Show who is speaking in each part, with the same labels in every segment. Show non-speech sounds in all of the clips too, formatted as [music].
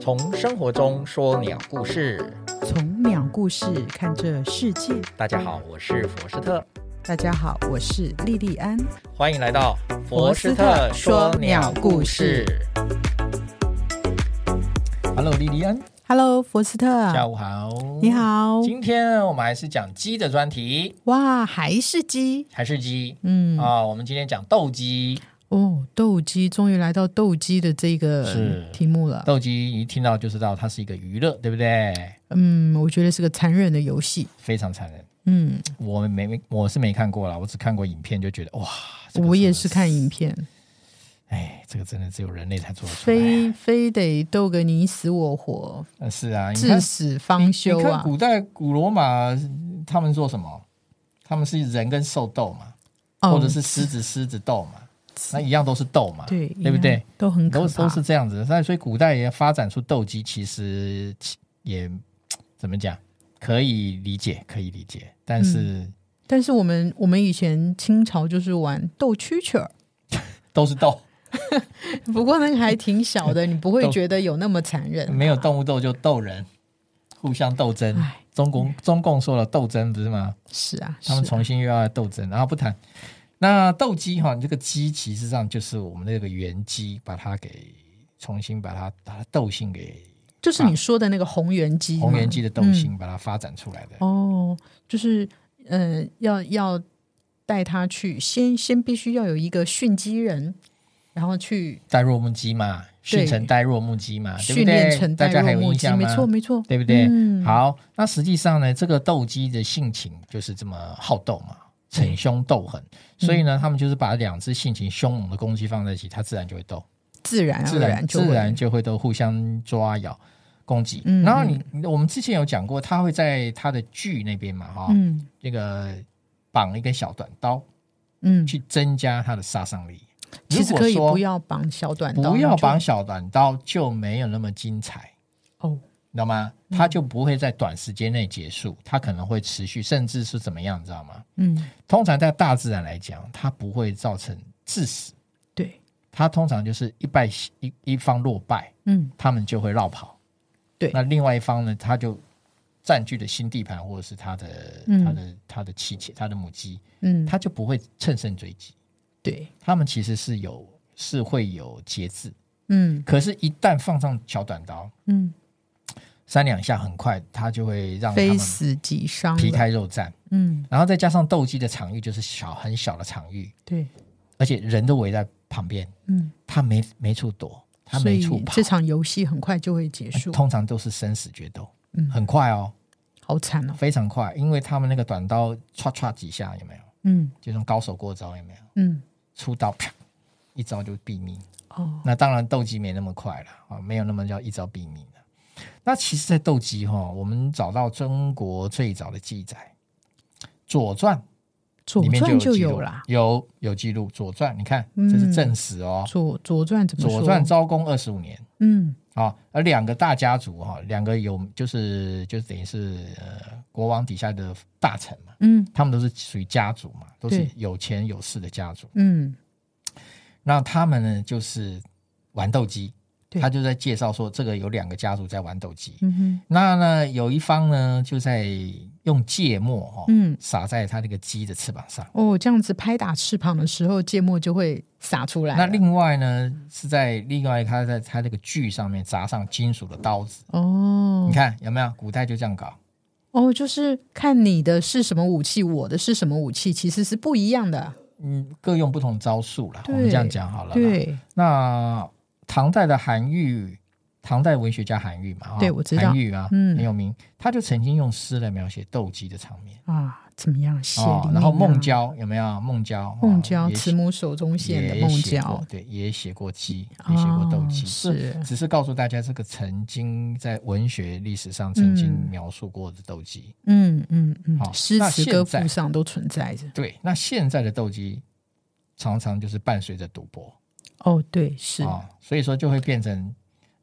Speaker 1: 从生活中说鸟故事。
Speaker 2: 从鸟故事看这世界。
Speaker 1: 大家好，我是佛斯特，
Speaker 2: 大家好，我是莉莉安。
Speaker 1: 欢迎来到
Speaker 2: 佛斯特说鸟故事。
Speaker 1: Hello，莉莉安，
Speaker 2: Hello，佛斯
Speaker 1: 下
Speaker 2: 特，
Speaker 1: 午好。
Speaker 2: 啊你。好。
Speaker 1: 今天我们还是讲鸡的专题，
Speaker 2: 哇，还是鸡。
Speaker 1: 还是鸡
Speaker 2: 嗯，
Speaker 1: 啊、我们今天讲斗鸡，
Speaker 2: 哦，斗鸡终于来到斗鸡的这
Speaker 1: 是
Speaker 2: 个题目了。
Speaker 1: 斗鸡一听到就知道它是一个娱乐，对不对？
Speaker 2: 嗯，我觉得是个残忍的游戏。
Speaker 1: 非常残忍。
Speaker 2: 嗯，
Speaker 1: 我没没我是没看过啦，我只看过影片，就觉得哇，这个
Speaker 2: 我也
Speaker 1: 真的
Speaker 2: 是看影片，
Speaker 1: 哎，这个真的只有人类才做得出来
Speaker 2: 非。非得斗个你死我活，
Speaker 1: 呃是啊，你看
Speaker 2: 至死方休
Speaker 1: 你看
Speaker 2: 啊！
Speaker 1: 古代古罗马他们做什么？他们是人跟兽斗嘛，
Speaker 2: 哦
Speaker 1: 或者是狮子狮子斗嘛，那一样都是斗嘛，
Speaker 2: 对
Speaker 1: 对不
Speaker 2: 一
Speaker 1: 对
Speaker 2: 样？都很可
Speaker 1: 都
Speaker 2: 怕。
Speaker 1: 都是这样子，那所以古代也发展出斗鸡，其实其也怎么讲，可以理解，可以理解，但是
Speaker 2: 但是我们我们以前清朝就是玩斗蛐蛐儿，
Speaker 1: 都是斗，
Speaker 2: 不过那个还挺小的，你不会
Speaker 1: 斗
Speaker 2: 觉得有那么残
Speaker 1: [laughs]
Speaker 2: 忍。
Speaker 1: 没有动物斗就斗人，互相斗争
Speaker 2: 哎。
Speaker 1: 中共中共说了斗争不是吗？
Speaker 2: 是啊，
Speaker 1: 他们
Speaker 2: 是啊
Speaker 1: 重新又要来斗争，然后不谈。那斗鸡哈，你这个鸡其实上就是我们那个原鸡，把它给重新把它把它斗性给
Speaker 2: 就是你说的那个红原鸡嘛，
Speaker 1: 红原鸡的斗
Speaker 2: 嗯
Speaker 1: 性，把它发展出来的。
Speaker 2: 哦，就是呃，要要带它去，先先必须要有一个训鸡人，然后去
Speaker 1: 呆若木鸡嘛，训成呆若木鸡嘛，对
Speaker 2: 训
Speaker 1: 不啊对
Speaker 2: 练成
Speaker 1: 大
Speaker 2: 带
Speaker 1: 家还
Speaker 2: 入
Speaker 1: 有
Speaker 2: 目
Speaker 1: 印
Speaker 2: 鸡，
Speaker 1: 象
Speaker 2: 没
Speaker 1: 吗？
Speaker 2: 错没错，
Speaker 1: 对不对？
Speaker 2: 嗯，
Speaker 1: 好，那实际上呢，这个斗鸡的性情就是这么好斗嘛，逞凶斗狠，所以
Speaker 2: 嗯
Speaker 1: 呢，他们就是把两只性情凶猛的公鸡放在一起，它自然就会斗。
Speaker 2: 自然而
Speaker 1: 自然
Speaker 2: 就
Speaker 1: 自
Speaker 2: 会
Speaker 1: 然就会都互相抓咬攻击。
Speaker 2: 嗯
Speaker 1: 然后你我们之前有讲过，他会在他的剧那边嘛，哈、
Speaker 2: 嗯
Speaker 1: 这个绑一根小短刀
Speaker 2: 嗯，
Speaker 1: 去增加他的杀伤力。
Speaker 2: 其实可以
Speaker 1: 如果
Speaker 2: 不
Speaker 1: 说
Speaker 2: 要绑小短刀，
Speaker 1: 不要
Speaker 2: 那就
Speaker 1: 绑小短刀，就没有那么精彩，
Speaker 2: 哦，
Speaker 1: 你知道吗？它就不会在短时间内结束，它可能会持续，甚至是怎么样，你知道吗？
Speaker 2: 嗯，
Speaker 1: 通常在大自然来讲，它不会造成致死，
Speaker 2: 对，
Speaker 1: 它通常就是一败一一方落败，
Speaker 2: 嗯
Speaker 1: 他们就会绕跑。
Speaker 2: 对
Speaker 1: 那另外一方呢，他就占据了新地盘，或者是他的、
Speaker 2: 嗯
Speaker 1: 他的他的妻妾、他的母鸡，
Speaker 2: 嗯，
Speaker 1: 他就不会乘胜追击。
Speaker 2: 对，
Speaker 1: 他们其实是有是会有节制，
Speaker 2: 嗯
Speaker 1: 可是，一旦放上小短刀，
Speaker 2: 嗯。
Speaker 1: 三两下，很快他就会让他
Speaker 2: 非
Speaker 1: 们
Speaker 2: 死即伤了
Speaker 1: 皮开肉绽。
Speaker 2: 嗯，
Speaker 1: 然后再加上斗鸡的场域就是小很小的场域，
Speaker 2: 对，
Speaker 1: 而且人都围在旁边，
Speaker 2: 嗯，
Speaker 1: 他没没处躲，他
Speaker 2: 所
Speaker 1: 没哎
Speaker 2: 以
Speaker 1: 处跑
Speaker 2: 这。场游戏很快就会结束，
Speaker 1: 通常都是生死决斗，
Speaker 2: 嗯
Speaker 1: 很快哦。
Speaker 2: 好惨哦。
Speaker 1: 非常快，因为他们那个短刀唰唰几下有没有？
Speaker 2: 嗯
Speaker 1: 就像高手过招有没有？
Speaker 2: 嗯，
Speaker 1: 出刀啪，一招就毙命。
Speaker 2: 哦，
Speaker 1: 那当然斗鸡没那么快了啊，没有那么叫一招毙命了。那其实，在斗鸡哈，我们找到中国最早的记载，《左传》
Speaker 2: 左
Speaker 1: 里面
Speaker 2: 传
Speaker 1: 就
Speaker 2: 就
Speaker 1: 有记录
Speaker 2: 有啦。
Speaker 1: 有有记录，《左传》你看
Speaker 2: 嗯
Speaker 1: 这是正史哦，
Speaker 2: 左左传怎么说？
Speaker 1: 左传》昭公二十五年。
Speaker 2: 嗯
Speaker 1: 啊、而两个大家族哈，两个有就是就是等于是呃国王底下的大臣嘛，
Speaker 2: 嗯
Speaker 1: 他们都是属于家族嘛，都是
Speaker 2: 对
Speaker 1: 有钱有势的家族。
Speaker 2: 嗯，
Speaker 1: 那他们呢，就是玩斗鸡，
Speaker 2: 对
Speaker 1: 他就在介绍说，这个有两个家族在玩斗鸡。
Speaker 2: 嗯哼，
Speaker 1: 那呢，有一方呢就在用芥末哦，
Speaker 2: 嗯
Speaker 1: 撒在他那个鸡的翅膀上。
Speaker 2: 哦，这样子拍打翅膀的时候，芥末就会洒出来了。
Speaker 1: 那另外呢，是在另外他在他那个锯上面砸上金属的刀子。
Speaker 2: 哦
Speaker 1: 你看有没有？古代就这样搞。
Speaker 2: 哦，就是看你的是什么武器，我的是什么武器，其实是不一样的。
Speaker 1: 嗯，各用不同招数啦。我
Speaker 2: 对
Speaker 1: 们这样讲好了啦。
Speaker 2: 对，
Speaker 1: 那唐代的韩愈，唐代文学家韩愈嘛，啊
Speaker 2: 对我知道
Speaker 1: 韩愈啊，
Speaker 2: 嗯
Speaker 1: 很有名。他就曾经用诗来描写斗鸡的场面
Speaker 2: 啊，怎么样？血淋
Speaker 1: 哦
Speaker 2: 淋啊、
Speaker 1: 然后孟郊有没有？孟郊，啊
Speaker 2: 孟郊，
Speaker 1: 也
Speaker 2: 慈
Speaker 1: 写
Speaker 2: 母手中线的
Speaker 1: 也
Speaker 2: 孟
Speaker 1: 写
Speaker 2: 郊
Speaker 1: 过，，对，也写过鸡，也写过斗鸡，
Speaker 2: 哦是
Speaker 1: 只是告诉大家这个曾经在文学历史上曾经
Speaker 2: 嗯
Speaker 1: 描述过的斗鸡。
Speaker 2: 嗯嗯
Speaker 1: 好
Speaker 2: 嗯，诗
Speaker 1: 那
Speaker 2: 词
Speaker 1: 现
Speaker 2: 歌
Speaker 1: 在
Speaker 2: 赋上都存在着。
Speaker 1: 对，那现在的斗鸡常常就是伴随着赌博。
Speaker 2: 哦，对，是，
Speaker 1: 啊、所以说就会变成，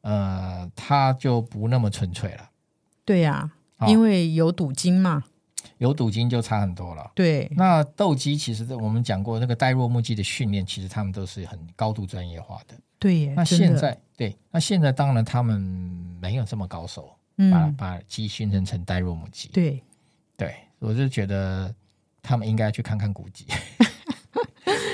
Speaker 1: 呃，它就不那么纯粹了，
Speaker 2: 对呀、
Speaker 1: 好
Speaker 2: 因为有赌金嘛。
Speaker 1: 有赌金就差很多了。
Speaker 2: 对，
Speaker 1: 那斗鸡其实我们讲过，那个呆若木鸡的训练，其实他们都是很高度专业化的。
Speaker 2: 对耶，
Speaker 1: 那
Speaker 2: 真的
Speaker 1: 现在对，那现在当然他们没有这么高手，把
Speaker 2: 嗯，
Speaker 1: 把鸡训练成呆若木鸡。
Speaker 2: 对，
Speaker 1: 对，我就觉得他们应该去看看古
Speaker 2: [laughs]
Speaker 1: 籍，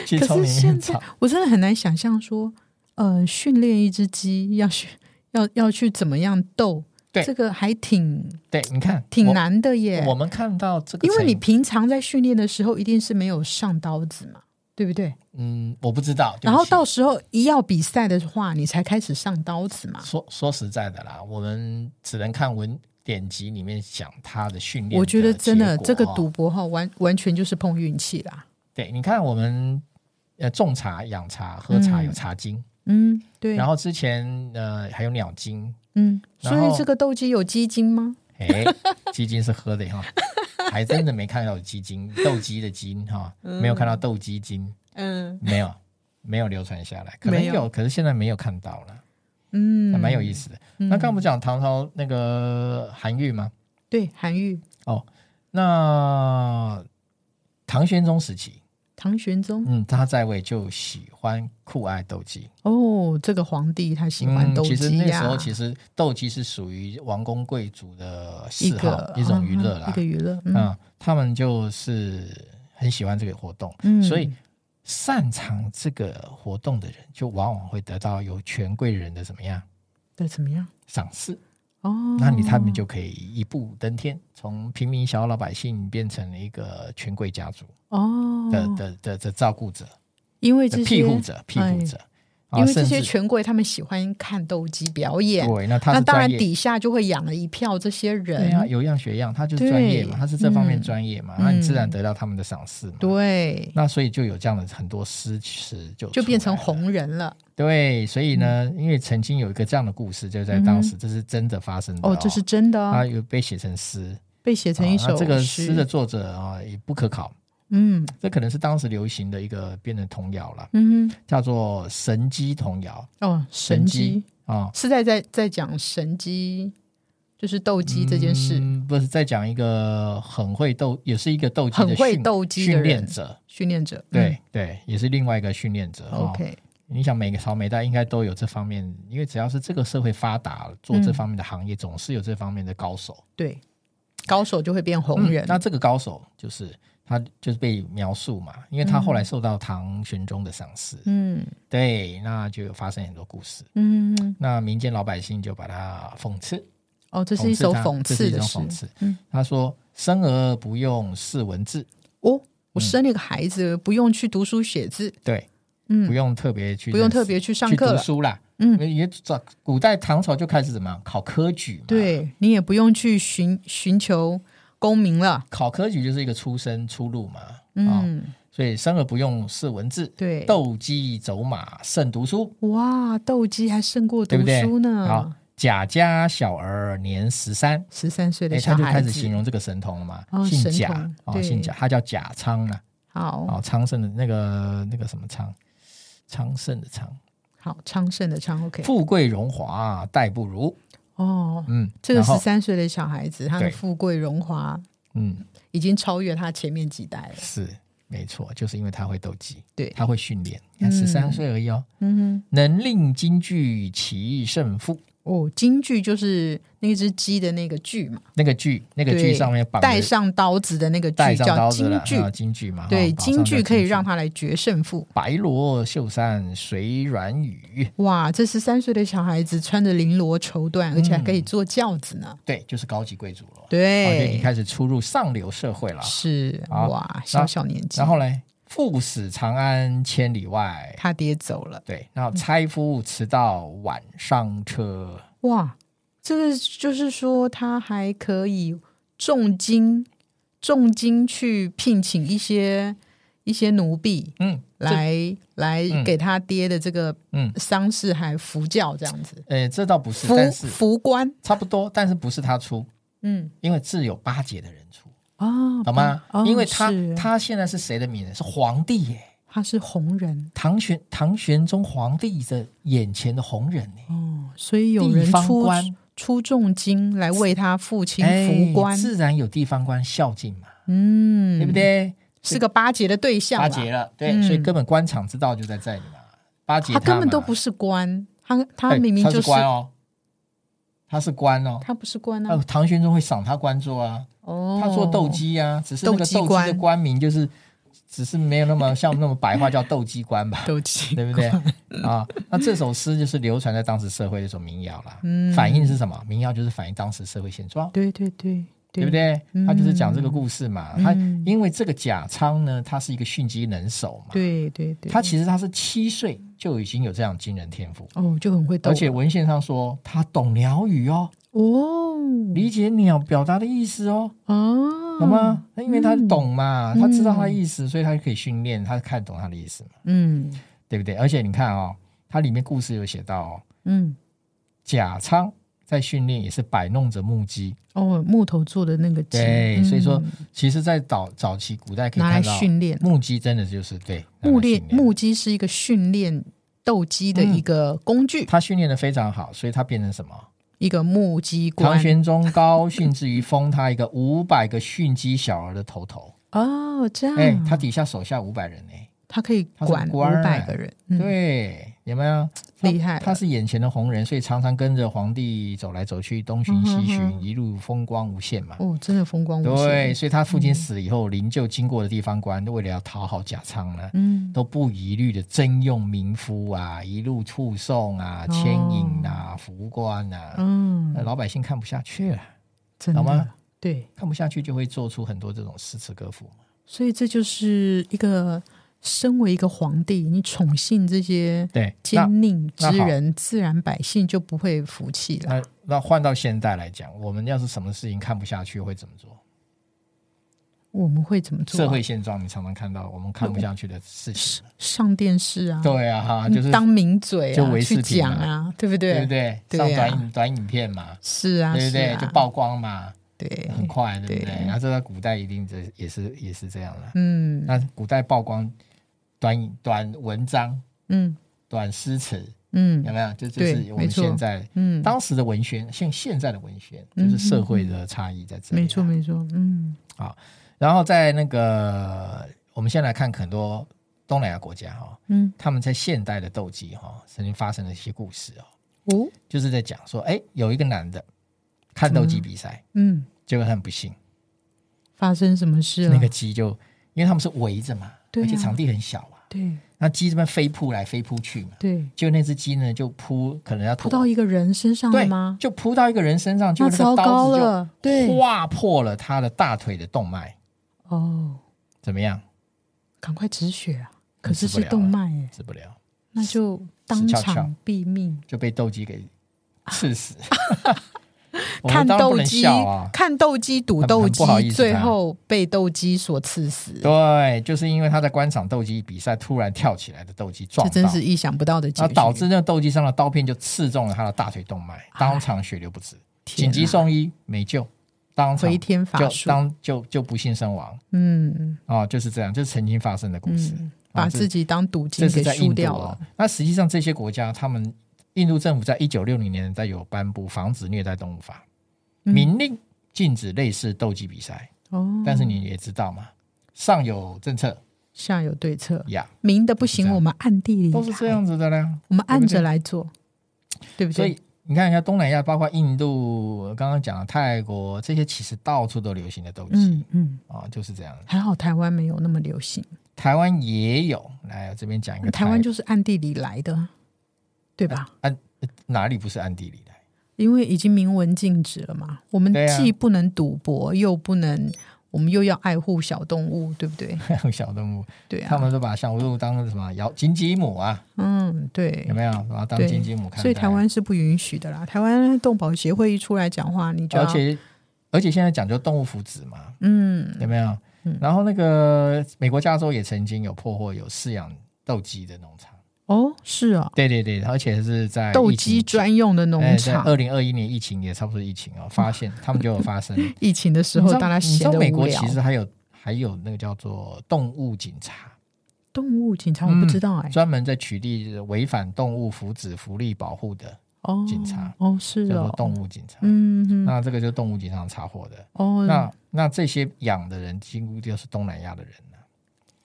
Speaker 1: 去
Speaker 2: 可
Speaker 1: 丛
Speaker 2: 是
Speaker 1: 林里
Speaker 2: 现
Speaker 1: 面
Speaker 2: 在
Speaker 1: 找。
Speaker 2: 我真的很难想象说，呃，训练一只鸡要去 [laughs] 要要去怎么样斗，
Speaker 1: 对
Speaker 2: 这个还挺
Speaker 1: 对，你看，
Speaker 2: 挺
Speaker 1: 我。
Speaker 2: 难的耶。
Speaker 1: 我们看到这个
Speaker 2: 因
Speaker 1: 成，
Speaker 2: 为你平常在训练的时候一定是没有上刀子嘛，对不对？
Speaker 1: 嗯，我不知道。对不
Speaker 2: 然后
Speaker 1: 起
Speaker 2: 到时候一要比赛的话，你才开始上刀子嘛。
Speaker 1: 说说实在的啦，我们只能看文典籍里面讲他的训练。
Speaker 2: 我觉得真
Speaker 1: 的
Speaker 2: 的
Speaker 1: 结果
Speaker 2: 这个
Speaker 1: 哦
Speaker 2: 赌博哈，完完全就是碰运气啦。
Speaker 1: 对，你看我们呃种茶、养茶、喝茶
Speaker 2: 嗯
Speaker 1: 有茶精，
Speaker 2: 嗯，对。
Speaker 1: 然后之前呃还有鸟精，
Speaker 2: 嗯，
Speaker 1: 然
Speaker 2: 所
Speaker 1: 后
Speaker 2: 以这个斗鸡有鸡精吗？
Speaker 1: 哎，鸡精是喝的哈，还真的没看到有鸡精，斗鸡的精哈，没有看到斗鸡精，
Speaker 2: 嗯
Speaker 1: 没有没有流传下来，可能
Speaker 2: 没有
Speaker 1: 有，可是现在没有看到了，
Speaker 2: 嗯
Speaker 1: 还蛮有意思的。那刚刚不讲唐朝那个韩愈吗？
Speaker 2: 对，韩愈、
Speaker 1: 哦，那唐玄宗时期，
Speaker 2: 唐玄宗
Speaker 1: 嗯，他在位就喜欢酷爱斗鸡，
Speaker 2: 哦，这个皇帝他喜欢斗
Speaker 1: 嗯。其实
Speaker 2: 鸡
Speaker 1: 那
Speaker 2: 呀、
Speaker 1: 时候，其实斗鸡是属于王公贵族的
Speaker 2: 一
Speaker 1: 嗜
Speaker 2: 个
Speaker 1: 好，一种娱乐啦
Speaker 2: 一。个娱乐。嗯
Speaker 1: 嗯，他们就是很喜欢这个活动，
Speaker 2: 嗯
Speaker 1: 所以擅长这个活动的人，就往往会得到有权贵人的怎么样
Speaker 2: 的怎么样？
Speaker 1: 赏识。
Speaker 2: 哦，
Speaker 1: 那你他们就可以一步登天，从平民小老百姓变成了一个权贵家族
Speaker 2: 哦
Speaker 1: 的的的的照顾者、
Speaker 2: 因为
Speaker 1: 的
Speaker 2: 这
Speaker 1: 庇
Speaker 2: 些哎
Speaker 1: 护者、庇护者。啊
Speaker 2: 因为这
Speaker 1: 甚
Speaker 2: 些
Speaker 1: 至
Speaker 2: 权贵他们喜欢看斗鸡表演，
Speaker 1: 对，那他
Speaker 2: 那
Speaker 1: 是
Speaker 2: 当然
Speaker 1: 专业，
Speaker 2: 底下就会养了一票这些
Speaker 1: 对
Speaker 2: 人。
Speaker 1: 啊，有样学样，他就是专业嘛，
Speaker 2: 对
Speaker 1: 他是这方面
Speaker 2: 嗯
Speaker 1: 专业嘛，
Speaker 2: 嗯
Speaker 1: 那你自然得到他们的赏识嘛。，
Speaker 2: 对
Speaker 1: 那所以就有这样的很多诗词就
Speaker 2: 就变
Speaker 1: 出来
Speaker 2: 成
Speaker 1: 了。
Speaker 2: 红嗯人了。
Speaker 1: 对，所以呢，因为曾经有一个这样的故事，就在当时，这是真的发生的
Speaker 2: 嗯哦，这是真的
Speaker 1: 它
Speaker 2: 哦，
Speaker 1: 有被写成诗，
Speaker 2: 被写成一
Speaker 1: 啊
Speaker 2: 首
Speaker 1: 那这个诗的作者啊也不可考，
Speaker 2: 嗯
Speaker 1: 这可能是当时流行的一个变成童谣了，
Speaker 2: 嗯哼
Speaker 1: 叫做《神机童谣
Speaker 2: 哦，神机
Speaker 1: 机》啊。
Speaker 2: 是在在在讲神机，就是斗鸡这件事，
Speaker 1: 嗯，不是在讲一个很会斗，也是一个斗鸡的
Speaker 2: 很会
Speaker 1: 训
Speaker 2: 斗鸡的
Speaker 1: 训
Speaker 2: 人
Speaker 1: 练者，
Speaker 2: 训练者。
Speaker 1: 对、对，也是另外一个训练者。
Speaker 2: 嗯
Speaker 1: 哦
Speaker 2: ，OK，
Speaker 1: 你想每个朝每代应该都有这方面，因为只要是这个社会发达，做
Speaker 2: 嗯
Speaker 1: 这方面的行业、总是有这方面的高手。
Speaker 2: 对，高手就会变红人
Speaker 1: 嗯。那这个高手就是他，就是被描述嘛，因为他后来受到唐玄宗的赏识，
Speaker 2: 嗯
Speaker 1: 对，那就有发生很多故事。
Speaker 2: 嗯，
Speaker 1: 那民间老百姓就把他讽刺，
Speaker 2: 哦，这是一首讽
Speaker 1: 这是
Speaker 2: 刺
Speaker 1: 一
Speaker 2: 的
Speaker 1: 种
Speaker 2: 诗
Speaker 1: 讽。刺。
Speaker 2: 嗯
Speaker 1: 他说：“生而不用是文字，
Speaker 2: 哦，
Speaker 1: 嗯
Speaker 2: 我生了一个孩子，不用去读书写字，
Speaker 1: 对，不
Speaker 2: 嗯，
Speaker 1: 用特别去
Speaker 2: 不用
Speaker 1: 认识
Speaker 2: 特别去上
Speaker 1: 去
Speaker 2: 课
Speaker 1: 读
Speaker 2: 了。
Speaker 1: 书啦。
Speaker 2: 嗯，
Speaker 1: 也早古代唐朝就开始怎么样考科举嘛？，
Speaker 2: 对你也不用去寻寻求功名了。
Speaker 1: 考科举就是一个出身出路嘛。啊、
Speaker 2: 嗯，
Speaker 1: 所以生而不用是文字，
Speaker 2: 对，
Speaker 1: 斗鸡走马胜读书。”
Speaker 2: 哇，斗鸡还胜过读
Speaker 1: 对不对
Speaker 2: 书
Speaker 1: 好
Speaker 2: 呢。，
Speaker 1: 贾家小儿年十三，
Speaker 2: 十三岁的
Speaker 1: 哎，
Speaker 2: 小
Speaker 1: 他就
Speaker 2: 孩
Speaker 1: 开始
Speaker 2: 子
Speaker 1: 形，容这个神童了嘛，
Speaker 2: 哦
Speaker 1: 姓
Speaker 2: 神
Speaker 1: 贾
Speaker 2: 童
Speaker 1: 哦，
Speaker 2: 对
Speaker 1: 姓贾，他叫贾昌啊，
Speaker 2: 好
Speaker 1: 哦，昌盛的那个那个什么昌，昌盛的昌，
Speaker 2: 好昌盛的昌，OK。
Speaker 1: 富贵荣华待不如，
Speaker 2: 哦，
Speaker 1: 嗯，
Speaker 2: 这个
Speaker 1: 然后
Speaker 2: 十三岁的小孩子，他的
Speaker 1: 对
Speaker 2: 富贵荣华
Speaker 1: 嗯
Speaker 2: 已经超越他前面几代了。
Speaker 1: 是没错，就是因为他会斗鸡，
Speaker 2: 对
Speaker 1: 他会训练，
Speaker 2: 嗯
Speaker 1: 十三岁而已哦，
Speaker 2: 嗯
Speaker 1: 能令京剧其胜负，
Speaker 2: 哼，哦，京剧就是那只鸡的那个剧嘛，
Speaker 1: 那个剧那个剧
Speaker 2: 对
Speaker 1: 上面绑
Speaker 2: 带
Speaker 1: 着
Speaker 2: 上刀子的那个
Speaker 1: 带
Speaker 2: 剧
Speaker 1: 上
Speaker 2: 叫
Speaker 1: 刀子
Speaker 2: 京
Speaker 1: 了，
Speaker 2: 剧
Speaker 1: 啊，京剧嘛，
Speaker 2: 对，
Speaker 1: 哈绑上叫
Speaker 2: 京剧可以
Speaker 1: 京
Speaker 2: 让他来决胜负。
Speaker 1: 白罗袖衫随软语，
Speaker 2: 哇，这十三岁的小孩子穿着绫罗绸缎，而且还可以坐轿子呢。
Speaker 1: 对，就是高级贵族了。嗯哦就已经
Speaker 2: 对，
Speaker 1: 开始出入上流社会了。
Speaker 2: 是
Speaker 1: 好
Speaker 2: 哇，小小年纪
Speaker 1: 然，后呢，父死长安千里外，
Speaker 2: 他爹走了。
Speaker 1: 对，然后差夫迟到晚上车，
Speaker 2: 哇，这个就是说他还可以重金重金去聘请一些一些奴婢
Speaker 1: 嗯，这，
Speaker 2: 来来
Speaker 1: 嗯
Speaker 2: 给他爹的这个
Speaker 1: 嗯
Speaker 2: 丧事还服教这样子，
Speaker 1: 呃，这倒不是，
Speaker 2: 服
Speaker 1: 但是
Speaker 2: 服官，
Speaker 1: 差不多，但是不是他出，
Speaker 2: 嗯
Speaker 1: 因为自有巴结的人出，
Speaker 2: 啊，
Speaker 1: 好吗？
Speaker 2: 哦
Speaker 1: 因为他
Speaker 2: 是
Speaker 1: 他现在是谁的名人？是皇帝耶，
Speaker 2: 他是红人
Speaker 1: 唐玄唐玄宗皇帝的眼前的红人呢，
Speaker 2: 哦，所以有
Speaker 1: 地
Speaker 2: 人
Speaker 1: 方
Speaker 2: 出
Speaker 1: 官，
Speaker 2: 出重金来为他父亲
Speaker 1: 哎
Speaker 2: 服官，
Speaker 1: 自然有地方官孝敬嘛，
Speaker 2: 嗯，
Speaker 1: 对不？对？
Speaker 2: 是个巴结的对象啦，
Speaker 1: 巴结了，对，
Speaker 2: 嗯
Speaker 1: 所以根本官场之道就在这里嘛。巴结
Speaker 2: 他根本
Speaker 1: 嘛
Speaker 2: 都不是官，他他
Speaker 1: 啊哎
Speaker 2: 明明
Speaker 1: 他
Speaker 2: 就是
Speaker 1: 官哦，他是官哦，
Speaker 2: 他不是官
Speaker 1: 那
Speaker 2: 啊，
Speaker 1: 唐玄宗会赏他官做啊，
Speaker 2: 哦，
Speaker 1: 他做斗，鸡啊，只是那个斗
Speaker 2: 斗鸡
Speaker 1: 鸡的
Speaker 2: 官，
Speaker 1: 官名就是，只是没有那么像那么白话叫斗鸡官吧
Speaker 2: 斗鸡，
Speaker 1: 对不对？啊，那这首诗就是流传在当时社会的一首民谣啦，
Speaker 2: 嗯
Speaker 1: 反映是什么？民谣就是反映当时社会现状。
Speaker 2: [laughs] 对对对
Speaker 1: 对不？对？他就是讲这个故事嘛。他
Speaker 2: 嗯
Speaker 1: 因为这个贾昌呢，他是一个训鸡能手嘛。
Speaker 2: 对对对，
Speaker 1: 他其实他是七岁就已经有这样惊人天赋，
Speaker 2: 哦就很会斗，
Speaker 1: 而且文献上说他懂鸟语哦，
Speaker 2: 哦
Speaker 1: 理解鸟表达的意思哦，
Speaker 2: 啊，
Speaker 1: 懂？吗？那因为他懂嘛，
Speaker 2: 嗯
Speaker 1: 他知道他的意思，所以他就可以训练，他看懂他的意思嘛，
Speaker 2: 嗯
Speaker 1: 对不对？而且你看哦，他里面故事有写到哦，
Speaker 2: 嗯，
Speaker 1: 贾昌在训练也是摆弄着木鸡，
Speaker 2: 哦，木头做的那个鸡，
Speaker 1: 对，
Speaker 2: 嗯
Speaker 1: 所以说其实，在早早期古代可以
Speaker 2: 拿
Speaker 1: 看
Speaker 2: 来
Speaker 1: 到
Speaker 2: 训练
Speaker 1: 木鸡真的就是对
Speaker 2: 木
Speaker 1: 猎
Speaker 2: 练木鸡是一个训练斗鸡的一个工具，
Speaker 1: 他训练的非常好，所以他变成什么？
Speaker 2: 一个木鸡
Speaker 1: 唐
Speaker 2: 官
Speaker 1: 玄宗高兴之余，封他一个五百个驯鸡小儿的头头。
Speaker 2: 哦，这样，
Speaker 1: 哎、他底下手下五百人呢、
Speaker 2: 他可以
Speaker 1: 他是
Speaker 2: 管五
Speaker 1: 官
Speaker 2: 百
Speaker 1: 哎
Speaker 2: 个人，嗯，
Speaker 1: 对，有没有他
Speaker 2: 厉害了
Speaker 1: 他是眼前的红人，所以常常跟着皇帝走来走去，东巡西巡，
Speaker 2: 嗯哼
Speaker 1: 一路风光无限嘛。
Speaker 2: 哦，真的风光无限，
Speaker 1: 对，，所以他
Speaker 2: 嗯
Speaker 1: 父亲死了以后，灵柩经过的地方官为了要讨好贾昌呢，
Speaker 2: 嗯，
Speaker 1: 都不遗虑的征用民夫啊，一路护送啊、
Speaker 2: 哦
Speaker 1: 牵引啊、扶官啊，
Speaker 2: 嗯
Speaker 1: 那，老百姓看不下去了。
Speaker 2: 真的
Speaker 1: 好吗？
Speaker 2: 对，
Speaker 1: 看不下去就会做出很多这种诗词歌赋。
Speaker 2: 所以这就是一个身为一个皇帝，你宠幸这些
Speaker 1: 对，那
Speaker 2: 奸佞
Speaker 1: 那
Speaker 2: 之
Speaker 1: 好
Speaker 2: 人，自然百姓就不会服气了。
Speaker 1: 那那换到现代来讲，我们要是什么事情看不下去会怎么做？
Speaker 2: 我们会怎么做啊？
Speaker 1: 社会现状你常常看到我们看不下去的事情。
Speaker 2: 上电视啊，
Speaker 1: 对啊，哈，
Speaker 2: 你
Speaker 1: 就是
Speaker 2: 当名嘴啊，
Speaker 1: 就维
Speaker 2: 去
Speaker 1: 视频
Speaker 2: 讲
Speaker 1: 啊
Speaker 2: 啊，对不对？
Speaker 1: 对不对？
Speaker 2: 对
Speaker 1: 上
Speaker 2: 啊
Speaker 1: 短影短影片嘛，
Speaker 2: 是啊，
Speaker 1: 对不
Speaker 2: 是
Speaker 1: 对？
Speaker 2: 啊
Speaker 1: 就曝光嘛，
Speaker 2: 对，
Speaker 1: 很快，对不
Speaker 2: 对
Speaker 1: 对？然后这在古代一定这也是也是这样了。
Speaker 2: 嗯
Speaker 1: 那古代曝光短影短文章、
Speaker 2: 嗯
Speaker 1: 短诗词，有
Speaker 2: 嗯
Speaker 1: 没有？这就
Speaker 2: 对
Speaker 1: 是我
Speaker 2: 没
Speaker 1: 们
Speaker 2: 错
Speaker 1: 现在
Speaker 2: 嗯，
Speaker 1: 当时的文宣，像现在的文宣，就是社会的差异在这里。啊
Speaker 2: 没错。没错，嗯
Speaker 1: 然后在那个，我们先来看很多东南亚国家哈、
Speaker 2: 嗯
Speaker 1: 他们在现代的斗鸡哈、曾经发生的一些故事哦，
Speaker 2: 哦
Speaker 1: 就是在讲说，哎，有一个男的看斗鸡比赛，
Speaker 2: 嗯，
Speaker 1: 结果他很不幸，
Speaker 2: 发生什么事了？
Speaker 1: 那个鸡就因为他们是围着嘛，
Speaker 2: 啊对啊
Speaker 1: 而且场地很小啊，
Speaker 2: 对
Speaker 1: 那鸡这边飞扑来飞扑去嘛，
Speaker 2: 对，
Speaker 1: 就那只鸡呢就扑，可能要
Speaker 2: 扑
Speaker 1: 扑
Speaker 2: 到一个人身上了
Speaker 1: 对
Speaker 2: 吗？
Speaker 1: 就扑到一个人身上，就
Speaker 2: 那
Speaker 1: 那个
Speaker 2: 糟糕
Speaker 1: 刀子就
Speaker 2: 了，对
Speaker 1: 划破了他的大腿的动脉，
Speaker 2: 哦，
Speaker 1: 怎么样？
Speaker 2: 赶快止血啊！可
Speaker 1: 可
Speaker 2: 是
Speaker 1: 是
Speaker 2: 是
Speaker 1: 是动
Speaker 2: 动脉
Speaker 1: 嗯
Speaker 2: 哎，
Speaker 1: 治不了，
Speaker 2: 那就当
Speaker 1: 死翘翘
Speaker 2: 场毙命。
Speaker 1: 就被斗鸡给刺死。 [laughs] 我
Speaker 2: 看
Speaker 1: 们当然不
Speaker 2: 斗
Speaker 1: 能
Speaker 2: 鸡
Speaker 1: 笑啊，！
Speaker 2: 看斗鸡，赌
Speaker 1: 很
Speaker 2: 斗
Speaker 1: 很
Speaker 2: 鸡
Speaker 1: 不好意，思
Speaker 2: 最
Speaker 1: 他
Speaker 2: 后被斗鸡所刺死，
Speaker 1: 对，就是因为他在观赏斗鸡比赛，突然跳起来的斗鸡撞
Speaker 2: 这
Speaker 1: 到，
Speaker 2: 真是意想不到的结
Speaker 1: 然
Speaker 2: 局。
Speaker 1: 后导致那个斗鸡上的刀片就刺中了他的大腿动脉，
Speaker 2: 啊
Speaker 1: 当场血流不止，
Speaker 2: 天
Speaker 1: 紧急
Speaker 2: 啊
Speaker 1: 送医没救，当场
Speaker 2: 回天乏
Speaker 1: 就
Speaker 2: 术，
Speaker 1: 当就就不幸身亡
Speaker 2: 嗯
Speaker 1: 啊、就是这样，这是曾经发生的故事。
Speaker 2: 嗯，
Speaker 1: 啊
Speaker 2: 把
Speaker 1: 这
Speaker 2: 自己当赌金
Speaker 1: 这
Speaker 2: 给
Speaker 1: 是在
Speaker 2: 输
Speaker 1: 印度
Speaker 2: 掉
Speaker 1: 哦
Speaker 2: 了。。
Speaker 1: 那实际上这些国家，他们印度政府在一九六零年代有颁布《防止虐待动物法》，
Speaker 2: 嗯
Speaker 1: 明令禁止类似斗鸡比赛。
Speaker 2: 哦，
Speaker 1: 但是你也知道嘛，上有政策
Speaker 2: 下有对策，
Speaker 1: 呀，
Speaker 2: 明的不
Speaker 1: 这
Speaker 2: 行，
Speaker 1: 样
Speaker 2: 我们暗地里
Speaker 1: 都是这
Speaker 2: 来，
Speaker 1: 样子的啦。
Speaker 2: 我们暗
Speaker 1: 对
Speaker 2: 着
Speaker 1: 不对
Speaker 2: 来做，对不
Speaker 1: 所
Speaker 2: 对？
Speaker 1: 以你看一下东南亚，包括印度，刚刚讲的泰国这些，其实到处都流行的斗鸡。
Speaker 2: 嗯嗯，
Speaker 1: 啊、就是这样。
Speaker 2: 还好台湾没有那么流行，
Speaker 1: 台湾也有，来我这边讲一个
Speaker 2: 嗯台湾就是暗地里来的啊，对吧？
Speaker 1: 哪里不是暗地里来？
Speaker 2: 因为已经明文禁止了嘛，我们
Speaker 1: 对啊
Speaker 2: 既不能赌博，又不能，我们又要爱护小动物，对
Speaker 1: [laughs]
Speaker 2: 不对？
Speaker 1: 还有小动物，
Speaker 2: 对
Speaker 1: 他
Speaker 2: 啊，
Speaker 1: 们都把小动物当成什么摇金鸡母啊，
Speaker 2: 嗯，对
Speaker 1: 有。没有？把它当
Speaker 2: 对
Speaker 1: 金鸡母看待。
Speaker 2: 所以台湾是不允许的啦。台湾动保协会一出来讲话，你就要
Speaker 1: 而且而且现在讲究动物福祉嘛，
Speaker 2: 嗯
Speaker 1: 有没有？然后那个美国加州也曾经有破获有饲养斗鸡的农场，
Speaker 2: 哦是哦，
Speaker 1: 对对对，而且是在哎
Speaker 2: 斗鸡专用的农场，
Speaker 1: 二零二一年疫情也差不多疫情哦，发现他们就有发
Speaker 2: [laughs]
Speaker 1: 生。
Speaker 2: 疫情的时
Speaker 1: 你
Speaker 2: 候
Speaker 1: 知道
Speaker 2: 大家
Speaker 1: 你知
Speaker 2: 闲
Speaker 1: 道
Speaker 2: 得
Speaker 1: 美
Speaker 2: 无
Speaker 1: 国
Speaker 2: 聊
Speaker 1: 其。实还有还有那个叫做动物警察，
Speaker 2: 动物警察我不知道哎、
Speaker 1: 专门在取缔违反动物福祉福利保护的，
Speaker 2: 哦，
Speaker 1: 警察
Speaker 2: 哦是
Speaker 1: 叫做
Speaker 2: 哦，
Speaker 1: 动物警察。
Speaker 2: 嗯嗯
Speaker 1: 那这个就是动物警察查获的。
Speaker 2: 哦，
Speaker 1: 那那这些养的人几乎就是东南亚的人了、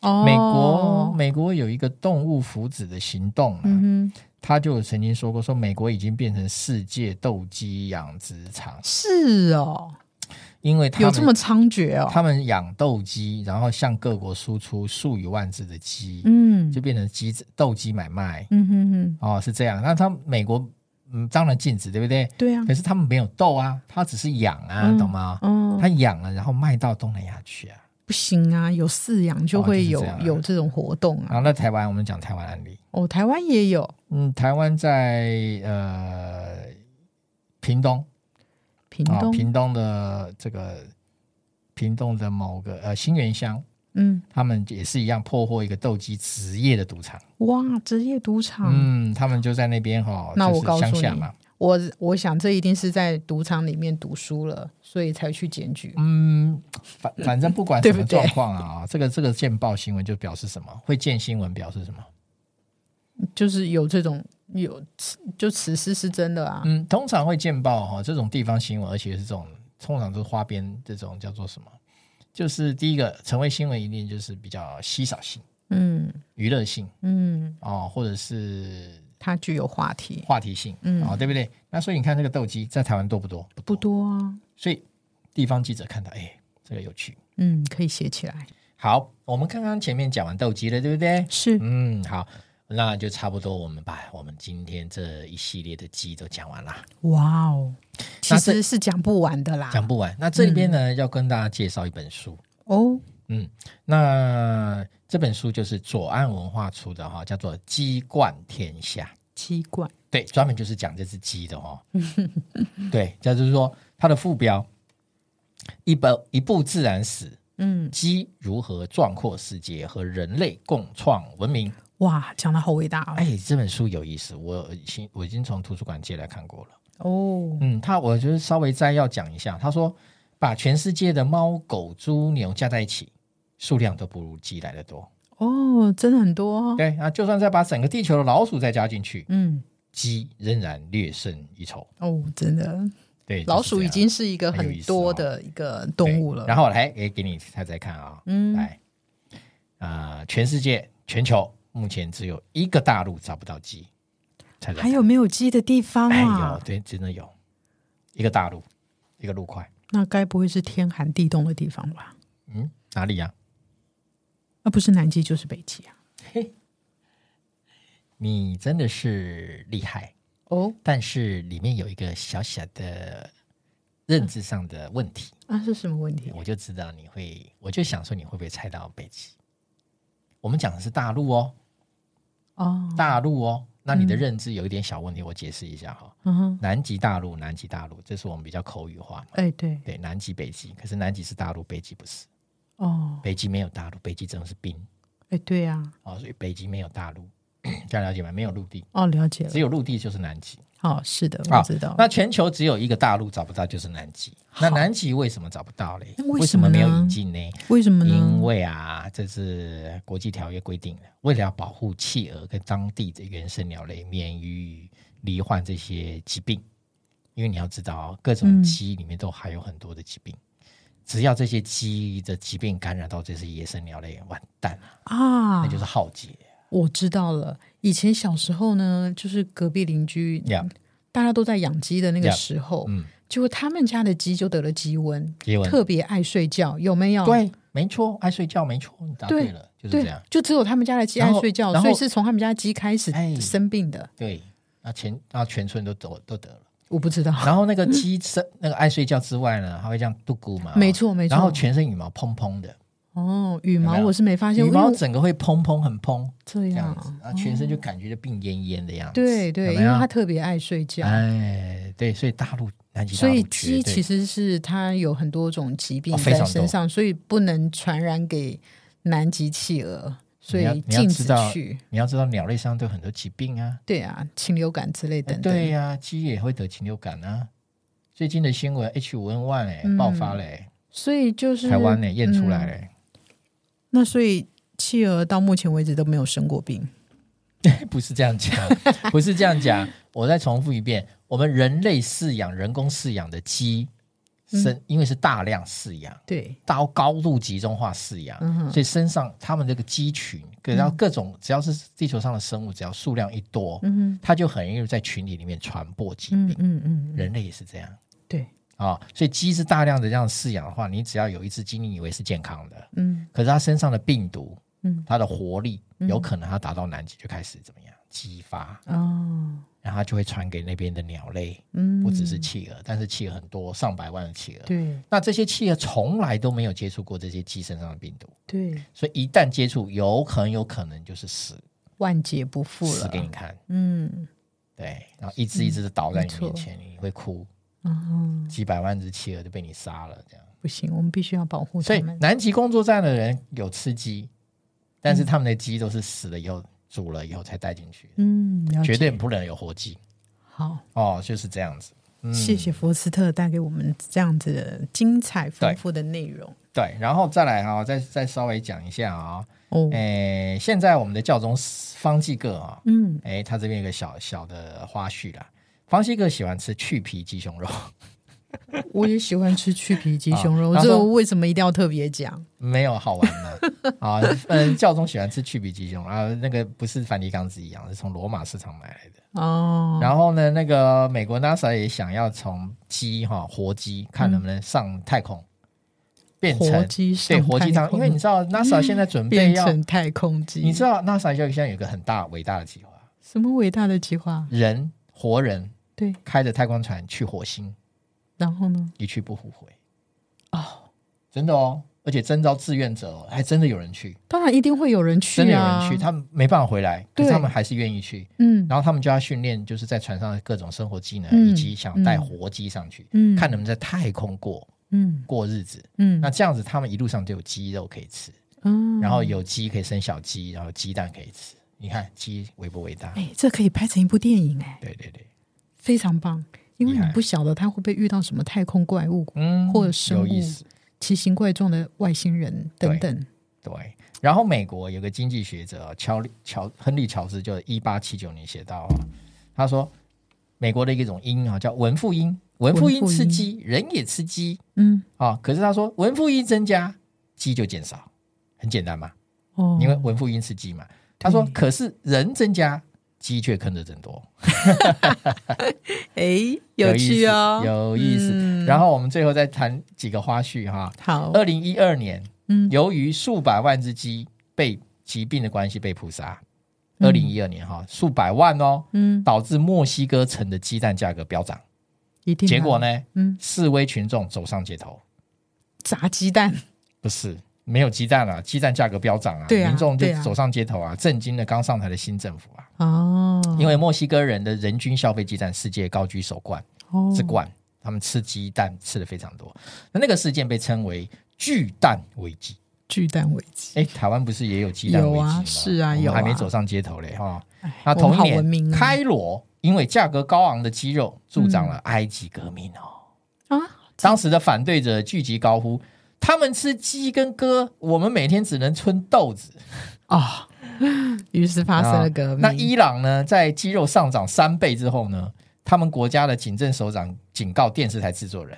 Speaker 2: 哦，
Speaker 1: 美国，美国有一个动物福祉的行动、啊，
Speaker 2: 嗯哼，
Speaker 1: 他就有曾经说过，说美国已经变成世界斗鸡养殖场，
Speaker 2: 是哦，
Speaker 1: 因为他们
Speaker 2: 有这么猖獗哦，
Speaker 1: 他们养斗鸡，然后向各国输出数以万只的鸡，
Speaker 2: 嗯
Speaker 1: 就变成鸡斗鸡买卖
Speaker 2: 嗯哼哼，
Speaker 1: 哦，是这样。那他们美国嗯，当然禁止，对不对？
Speaker 2: 对啊
Speaker 1: 可，是他们没有斗啊，他只是养啊，
Speaker 2: 嗯
Speaker 1: 懂吗？
Speaker 2: 嗯，
Speaker 1: 他养了，然后卖到东南亚去啊。
Speaker 2: 不行啊，有饲养就会有、
Speaker 1: 哦就是这样啊
Speaker 2: 有这种活动啊。
Speaker 1: 然后那台湾，我们讲台湾案例，
Speaker 2: 哦，台湾也有
Speaker 1: 嗯，台湾在呃屏东
Speaker 2: 屏
Speaker 1: 啊、
Speaker 2: 东，
Speaker 1: 屏东的这个屏东的某个呃新源乡，
Speaker 2: 嗯，
Speaker 1: 他们也是一样破获一个斗鸡职业的赌场。
Speaker 2: 哇，职业赌场，
Speaker 1: 嗯，他们就在那边哈，
Speaker 2: 那
Speaker 1: 就
Speaker 2: 我
Speaker 1: 是
Speaker 2: 告诉
Speaker 1: 乡下
Speaker 2: 你
Speaker 1: 嘛。
Speaker 2: 我我想这一定是在赌场里面读书了，所以才去检举。
Speaker 1: 嗯，反反正不管
Speaker 2: [laughs] 对
Speaker 1: 什
Speaker 2: 不
Speaker 1: 么
Speaker 2: 对
Speaker 1: 状况啊，这个这个见报新闻就表示什么？会见新闻表示什么？
Speaker 2: 就是有这种有，就此事是真的啊。
Speaker 1: 嗯，通常会见报哈，这种地方新闻，而且是这种通常都是花边这种叫做什么？就是第一个成为新闻一定就是比较稀少性、
Speaker 2: 嗯
Speaker 1: 娱乐性
Speaker 2: 嗯，
Speaker 1: 哦，或者是
Speaker 2: 它具有话题，
Speaker 1: 话题性，
Speaker 2: 嗯
Speaker 1: 哦，对不对？那所以你看这个斗鸡在台湾多不多？
Speaker 2: 不多啊。
Speaker 1: 所以地方记者看到，哎，这个有趣。
Speaker 2: 嗯，可以写起来。
Speaker 1: 好，我们刚刚前面讲完斗鸡了，对不对？
Speaker 2: 是，
Speaker 1: 嗯，好，那就差不多，我们把我们今天这一系列的鸡都讲完啦，
Speaker 2: 哇哦，其
Speaker 1: 那这
Speaker 2: 实是讲不完的啦。
Speaker 1: 讲不完。那这里边呢，要跟大家介绍一本书，
Speaker 2: 哦，
Speaker 1: 嗯，那这本书就是左岸文化出的哈，叫做《鸡冠天下》。
Speaker 2: 鸡冠，
Speaker 1: 对，专门就是讲这只鸡的哦。对，这就是说它的副标：一本一部自然史，
Speaker 2: 嗯，
Speaker 1: 鸡如何壮阔世界和人类共创文明。
Speaker 2: 哇，讲的好伟大哦。
Speaker 1: 哎，这本书有意思，我已经我已经从图书馆借来看过了。
Speaker 2: 哦，
Speaker 1: 嗯，他我就是稍微摘要讲一下，他说把全世界的猫、狗、猪、牛加在一起，数量都不如鸡来的多。
Speaker 2: 哦，真的很多哦。
Speaker 1: 对啊，就算再把整个地球的老鼠再加进去，
Speaker 2: 嗯，
Speaker 1: 鸡仍然略胜一筹。
Speaker 2: 哦，真的，
Speaker 1: 对，就是
Speaker 2: 老鼠
Speaker 1: 这
Speaker 2: 已
Speaker 1: 样
Speaker 2: 经是一个
Speaker 1: 很有
Speaker 2: 很
Speaker 1: 意思
Speaker 2: 多
Speaker 1: 哦
Speaker 2: 的一个动物
Speaker 1: 对
Speaker 2: 了。
Speaker 1: 然后来，给给你猜猜看啊、
Speaker 2: 嗯
Speaker 1: 来，啊，全世界全球目前只有一个大陆找不到鸡，猜猜
Speaker 2: 还有没有鸡的地方
Speaker 1: 哎有
Speaker 2: 啊？
Speaker 1: 对，真的有一个大陆，一个陆块，
Speaker 2: 那该不会是天寒地冻的地方吧？
Speaker 1: 嗯，哪里呀、
Speaker 2: 那不是南极就是北极啊。
Speaker 1: 你真的是厉害。
Speaker 2: 哦，
Speaker 1: 但是里面有一个小小的认知上的问题，
Speaker 2: 那啊是什么问题？
Speaker 1: 我就知道你会，我就想说你会不会猜到北极？我们讲的是大陆哦，
Speaker 2: 哦，
Speaker 1: 大陆哦，那你的认知有一点小问题，我解释一下哈、
Speaker 2: 嗯哼，
Speaker 1: 南极大陆，南极大陆，这是我们比较口语化嘛。
Speaker 2: 哎，对，
Speaker 1: 对，南极、北极，可是南极是大陆，北极不是。
Speaker 2: 哦，
Speaker 1: 北极没有大陆，北极真的是冰
Speaker 2: 哎，对啊，
Speaker 1: 哦，所以北极没有大陆， [clears throat] 这样了解吗？没有陆地，
Speaker 2: 哦，了解了
Speaker 1: 只。有陆地就是南极。
Speaker 2: 哦，是的，
Speaker 1: 啊
Speaker 2: 我知道。
Speaker 1: 那全球只有一个大陆找不到，就是南极。那
Speaker 2: 好
Speaker 1: 南极为什么找不到嘞？
Speaker 2: 那为
Speaker 1: 为
Speaker 2: 什么
Speaker 1: 没有
Speaker 2: 呢
Speaker 1: 引进呢？
Speaker 2: 为什么呢？
Speaker 1: 因为啊，这是国际条约规定的，为了要保护企鹅跟当地的原生鸟类免于罹患这些疾病，因为你要知道，各种
Speaker 2: 嗯
Speaker 1: 鸡里面都还有很多的疾病，只要这些鸡的疾病感染到这些野生鸟类，完蛋了，
Speaker 2: 啊
Speaker 1: 那，就是浩劫。
Speaker 2: 我知道了。以前小时候呢，就是隔壁邻居
Speaker 1: Yeah，
Speaker 2: 大家都在养鸡的那个
Speaker 1: Yeah，
Speaker 2: 时候，
Speaker 1: 嗯，
Speaker 2: 结果他们家的鸡就得了鸡瘟，
Speaker 1: 结文
Speaker 2: 特别爱睡觉，有没有？
Speaker 1: 对，没错，爱睡觉，没错，你答
Speaker 2: 对
Speaker 1: 对了，就是这
Speaker 2: 对
Speaker 1: 样。，
Speaker 2: 就只有他们家的鸡
Speaker 1: 然
Speaker 2: 爱
Speaker 1: 后
Speaker 2: 睡觉，
Speaker 1: 然
Speaker 2: 所以
Speaker 1: 后
Speaker 2: 是从他们家鸡开始
Speaker 1: 哎
Speaker 2: 生病的。
Speaker 1: 对，那啊全那全村都得都得 [laughs] 了。
Speaker 2: 我不知道，
Speaker 1: 然后那个鸡身那个爱睡觉之外呢，它会这样嘟咕嘛，
Speaker 2: 没。错没错。
Speaker 1: 然后全身羽毛蓬蓬的，
Speaker 2: 哦，羽
Speaker 1: 有
Speaker 2: 毛
Speaker 1: 没有
Speaker 2: 我是没发现，
Speaker 1: 羽
Speaker 2: 因为
Speaker 1: 毛
Speaker 2: 我啊嗯
Speaker 1: 整个会蓬蓬很蓬
Speaker 2: 这
Speaker 1: 这
Speaker 2: 样
Speaker 1: 样子，然后全身就感觉就病恹恹的样子。
Speaker 2: 对对，
Speaker 1: 有
Speaker 2: 因
Speaker 1: 没
Speaker 2: 为
Speaker 1: 有
Speaker 2: 它特别爱睡觉，
Speaker 1: 哎，对，所以大陆南极大
Speaker 2: 啊所
Speaker 1: 陆
Speaker 2: 以
Speaker 1: 绝
Speaker 2: 鸡
Speaker 1: 对
Speaker 2: 其实是它有很多种疾病
Speaker 1: 哦非
Speaker 2: 在
Speaker 1: 常
Speaker 2: 身
Speaker 1: 多
Speaker 2: 上，所以不能传染给南极企鹅，所
Speaker 1: 你要
Speaker 2: 以
Speaker 1: 你要
Speaker 2: 禁
Speaker 1: 知
Speaker 2: 止
Speaker 1: 道
Speaker 2: 去。
Speaker 1: 你要知道鸟类上都有很多疾病啊，
Speaker 2: 对啊，禽流感之类
Speaker 1: 哎
Speaker 2: 等等。
Speaker 1: 对呀、鸡也会得禽流感啊。最近的新闻 H 五 N 1哎、
Speaker 2: 嗯
Speaker 1: 爆发嘞、
Speaker 2: 所以就是
Speaker 1: 台湾嘞、验出来
Speaker 2: 嗯
Speaker 1: 嘞、 [laughs]
Speaker 2: 那所以企鹅到目前为止都没有生过病。
Speaker 1: 不是这样讲， [laughs] 不是这样讲。我再重复一遍，我们人类饲养、人工饲养的鸡
Speaker 2: 嗯
Speaker 1: 身因为是大量饲养，
Speaker 2: 对，
Speaker 1: 到高度集中化饲养，
Speaker 2: 嗯哼嗯
Speaker 1: 所以身上它们这个肌群，各然后各种只要是地球上的生物，只要数量一多，
Speaker 2: 嗯
Speaker 1: 它就很容易在群体里面传播疾
Speaker 2: 嗯
Speaker 1: 病。
Speaker 2: 嗯嗯，
Speaker 1: 人类也是这样
Speaker 2: 对，
Speaker 1: 啊、所以鸡是大量的这样饲养的话，你只要有一只鸡，你以为是健康的，
Speaker 2: 嗯
Speaker 1: 可是它身上的病毒，
Speaker 2: 嗯，
Speaker 1: 它的活力，有可能它达到南极就开始怎么样激发，
Speaker 2: 哦，
Speaker 1: 然后它就会传给那边的鸟类，
Speaker 2: 嗯，
Speaker 1: 不只是企鹅，但是企鹅很多，上百万的企鹅。
Speaker 2: 对
Speaker 1: 那这些企鹅从来都没有接触过这些鸡身上的病毒，
Speaker 2: 对，
Speaker 1: 所以一旦接触，有很有可能就是死，
Speaker 2: 万劫不复
Speaker 1: 死
Speaker 2: 了
Speaker 1: 给，你看。
Speaker 2: 嗯
Speaker 1: 对，然后一只一只的倒在你
Speaker 2: 没错
Speaker 1: 面前，你会哭，
Speaker 2: 嗯，
Speaker 1: 几百万只企鹅就被你杀了，这样。
Speaker 2: 不行，我们必须要保护
Speaker 1: 所
Speaker 2: 他
Speaker 1: 以
Speaker 2: 们，
Speaker 1: 南极工作站的人有吃鸡，但是他们的鸡都是死了以后煮了以后才带进去，
Speaker 2: 嗯，了
Speaker 1: 绝
Speaker 2: 解
Speaker 1: 对不能有活鸡
Speaker 2: 好。
Speaker 1: 哦，就是这样子。嗯
Speaker 2: 谢谢佛斯特带给我们这样子的精彩丰富的内容
Speaker 1: 对，然后再来哈、再再稍微讲一下啊、
Speaker 2: 哦。
Speaker 1: 诶，现在我们的教宗方济各啊、
Speaker 2: 嗯，
Speaker 1: 诶，他这边有个小小的花絮啦。方济各喜欢吃去皮鸡胸肉，
Speaker 2: 我也喜欢吃去皮鸡胸肉，
Speaker 1: 啊然后
Speaker 2: 这个为什么一定要特别讲？
Speaker 1: 没有好玩
Speaker 2: [laughs]
Speaker 1: 的啊。嗯，教宗喜欢吃去皮鸡胸啊，那个不是梵蒂冈自己养，是从罗马市场买来的。
Speaker 2: 哦，
Speaker 1: 然后呢，那个美国 NASA 也想要从鸡哈活鸡看能不能上太空，变成
Speaker 2: 活鸡上
Speaker 1: 对活鸡
Speaker 2: 太
Speaker 1: 上，
Speaker 2: 空
Speaker 1: 因为你知道 NASA 现在准备
Speaker 2: 变
Speaker 1: 要，
Speaker 2: 成太空鸡，
Speaker 1: 你知道 NASA 就现在有个很大伟大的计划，
Speaker 2: 什么伟大的计划？
Speaker 1: 人活人
Speaker 2: 对，
Speaker 1: 开着太空船去火星，
Speaker 2: 然后呢？
Speaker 1: 一去不复回，
Speaker 2: 哦，
Speaker 1: 真的哦，而且征召志愿者哦，还真的有人去，
Speaker 2: 当然一定会有人去
Speaker 1: 真的有
Speaker 2: 啊，
Speaker 1: 人去，他们没办法回来，可
Speaker 2: 对
Speaker 1: 是他们还是愿意去，
Speaker 2: 嗯
Speaker 1: 然后他们就要训练，就是在船上的各种生活技能，
Speaker 2: 嗯
Speaker 1: 以及想带活鸡上去，
Speaker 2: 嗯
Speaker 1: 看能不能在太空过
Speaker 2: 嗯
Speaker 1: 过日子。
Speaker 2: 嗯
Speaker 1: 那这样子，他们一路上就有鸡肉可以吃，
Speaker 2: 嗯，
Speaker 1: 然后有鸡可以生小鸡，然后鸡蛋可以吃。你看鸡伟不伟大？
Speaker 2: 哎，这可以拍成一部电影哎，
Speaker 1: 对对对，
Speaker 2: 非常棒。因为
Speaker 1: 厉
Speaker 2: 你
Speaker 1: 害
Speaker 2: 不晓得他会不会遇到什么太空怪物、
Speaker 1: 嗯，
Speaker 2: 或者生
Speaker 1: 有
Speaker 2: 物
Speaker 1: 意思。
Speaker 2: 奇形怪状的外星人等等。
Speaker 1: 对，然后美国有个经济学者乔利乔亨利乔治，就一八七九年写到啊，他说美国的一种鹰啊叫文腹鹰，文腹鹰
Speaker 2: 文腹
Speaker 1: 吃
Speaker 2: 鹰
Speaker 1: 鸡，人也吃鸡
Speaker 2: 嗯，
Speaker 1: 啊，可是他说文腹鹰增加，鸡就减少，很简单嘛，
Speaker 2: 哦，
Speaker 1: 因为文腹鹰吃鸡嘛。他说可是人增加，鸡却跟着增多，
Speaker 2: 哎，
Speaker 1: 意
Speaker 2: 趣
Speaker 1: 思
Speaker 2: 哦，
Speaker 1: 有意思。
Speaker 2: 嗯
Speaker 1: 然后我们最后再谈几个花絮哈。
Speaker 2: 好，
Speaker 1: 二零一二年，
Speaker 2: 嗯
Speaker 1: 由于数百万只鸡被疾病的关系被扑杀，二零一二年哈，数百万哦，
Speaker 2: 嗯，
Speaker 1: 导致墨西哥城的鸡蛋价格飙涨。
Speaker 2: 一定啊。
Speaker 1: 结果呢，
Speaker 2: 嗯，
Speaker 1: 示威群众走上街头，
Speaker 2: 炸鸡蛋，
Speaker 1: 不是没有鸡蛋了、啊鸡蛋价格飙涨啊，
Speaker 2: 对啊
Speaker 1: 民众就
Speaker 2: 对啊
Speaker 1: 走上街头啊，震惊了刚上台的新政府啊，
Speaker 2: 哦，
Speaker 1: 因为墨西哥人的人均消费鸡蛋世界高居首冠
Speaker 2: 哦
Speaker 1: 之冠，他们吃鸡蛋吃的非常多。那那个事件被称为巨蛋危机。
Speaker 2: 巨蛋危机，
Speaker 1: 哎，台湾不是也有鸡蛋危机
Speaker 2: 有
Speaker 1: 吗？
Speaker 2: 啊是啊
Speaker 1: 我们
Speaker 2: 有啊
Speaker 1: 还没走上街头嘞哈。
Speaker 2: 哎
Speaker 1: 那
Speaker 2: 我
Speaker 1: 同
Speaker 2: 们
Speaker 1: 一
Speaker 2: 好文
Speaker 1: 年，
Speaker 2: 明啊
Speaker 1: 开罗因为价格高昂的鸡肉，助长
Speaker 2: 嗯
Speaker 1: 了埃及革命哦。
Speaker 2: 啊，
Speaker 1: 当时的反对者聚集高呼：“他们吃鸡跟鸽，我们每天只能吞豆子。
Speaker 2: 哦， [laughs] 于是”发生了革命。
Speaker 1: 啊那伊朗呢，在鸡肉上涨三倍之后呢，他们国家的警政首长警告电视台制作人：“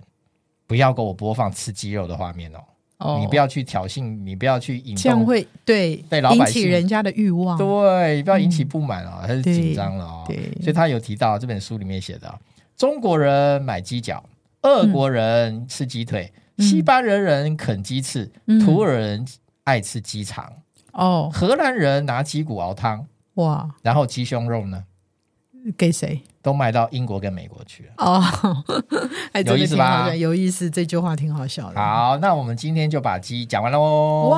Speaker 1: 不要给我播放吃鸡肉的画面哦，
Speaker 2: 哦，
Speaker 1: 你不要去挑衅，你不要去引
Speaker 2: 这样
Speaker 1: 动。”
Speaker 2: 会对
Speaker 1: 对老
Speaker 2: 引
Speaker 1: 百
Speaker 2: 起
Speaker 1: 姓
Speaker 2: 人家的欲望，
Speaker 1: 对，不要引起不满哦，还是
Speaker 2: 嗯对
Speaker 1: 紧张了哦。
Speaker 2: 对
Speaker 1: 所以他有提到这本书里面写的，中国人买鸡脚，俄国人吃鸡腿，西班牙人啃鸡翅，
Speaker 2: 嗯
Speaker 1: 土耳其人爱吃鸡肠，
Speaker 2: 哦，
Speaker 1: 荷兰人拿鸡骨熬汤，
Speaker 2: 哇，
Speaker 1: 然后鸡胸肉呢
Speaker 2: 给谁？
Speaker 1: 都卖到英国跟美国去了。
Speaker 2: 哦， [laughs] 哎，这
Speaker 1: 有意
Speaker 2: 个
Speaker 1: 思
Speaker 2: 挺
Speaker 1: 吧
Speaker 2: 好笑，有意思，这句话挺好笑的。
Speaker 1: 好，那我们今天就把鸡讲完喽。
Speaker 2: 嗯哇，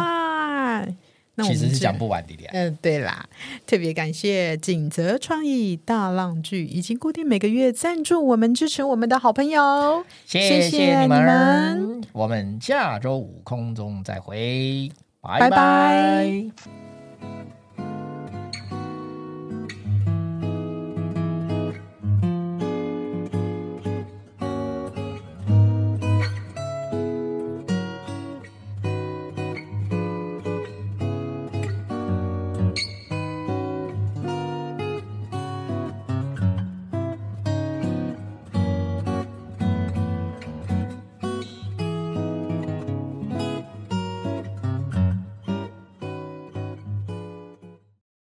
Speaker 2: 那我
Speaker 1: 其
Speaker 2: 们
Speaker 1: 实是
Speaker 2: 这
Speaker 1: 讲不完的呀。
Speaker 2: 嗯，对啦，特别感谢锦泽创意大浪剧已经固定每个月赞助我们、支持我们的好朋友。
Speaker 1: 谢
Speaker 2: 谢谢
Speaker 1: 你
Speaker 2: 你们
Speaker 1: 我们下周五空中再会，拜
Speaker 2: 拜拜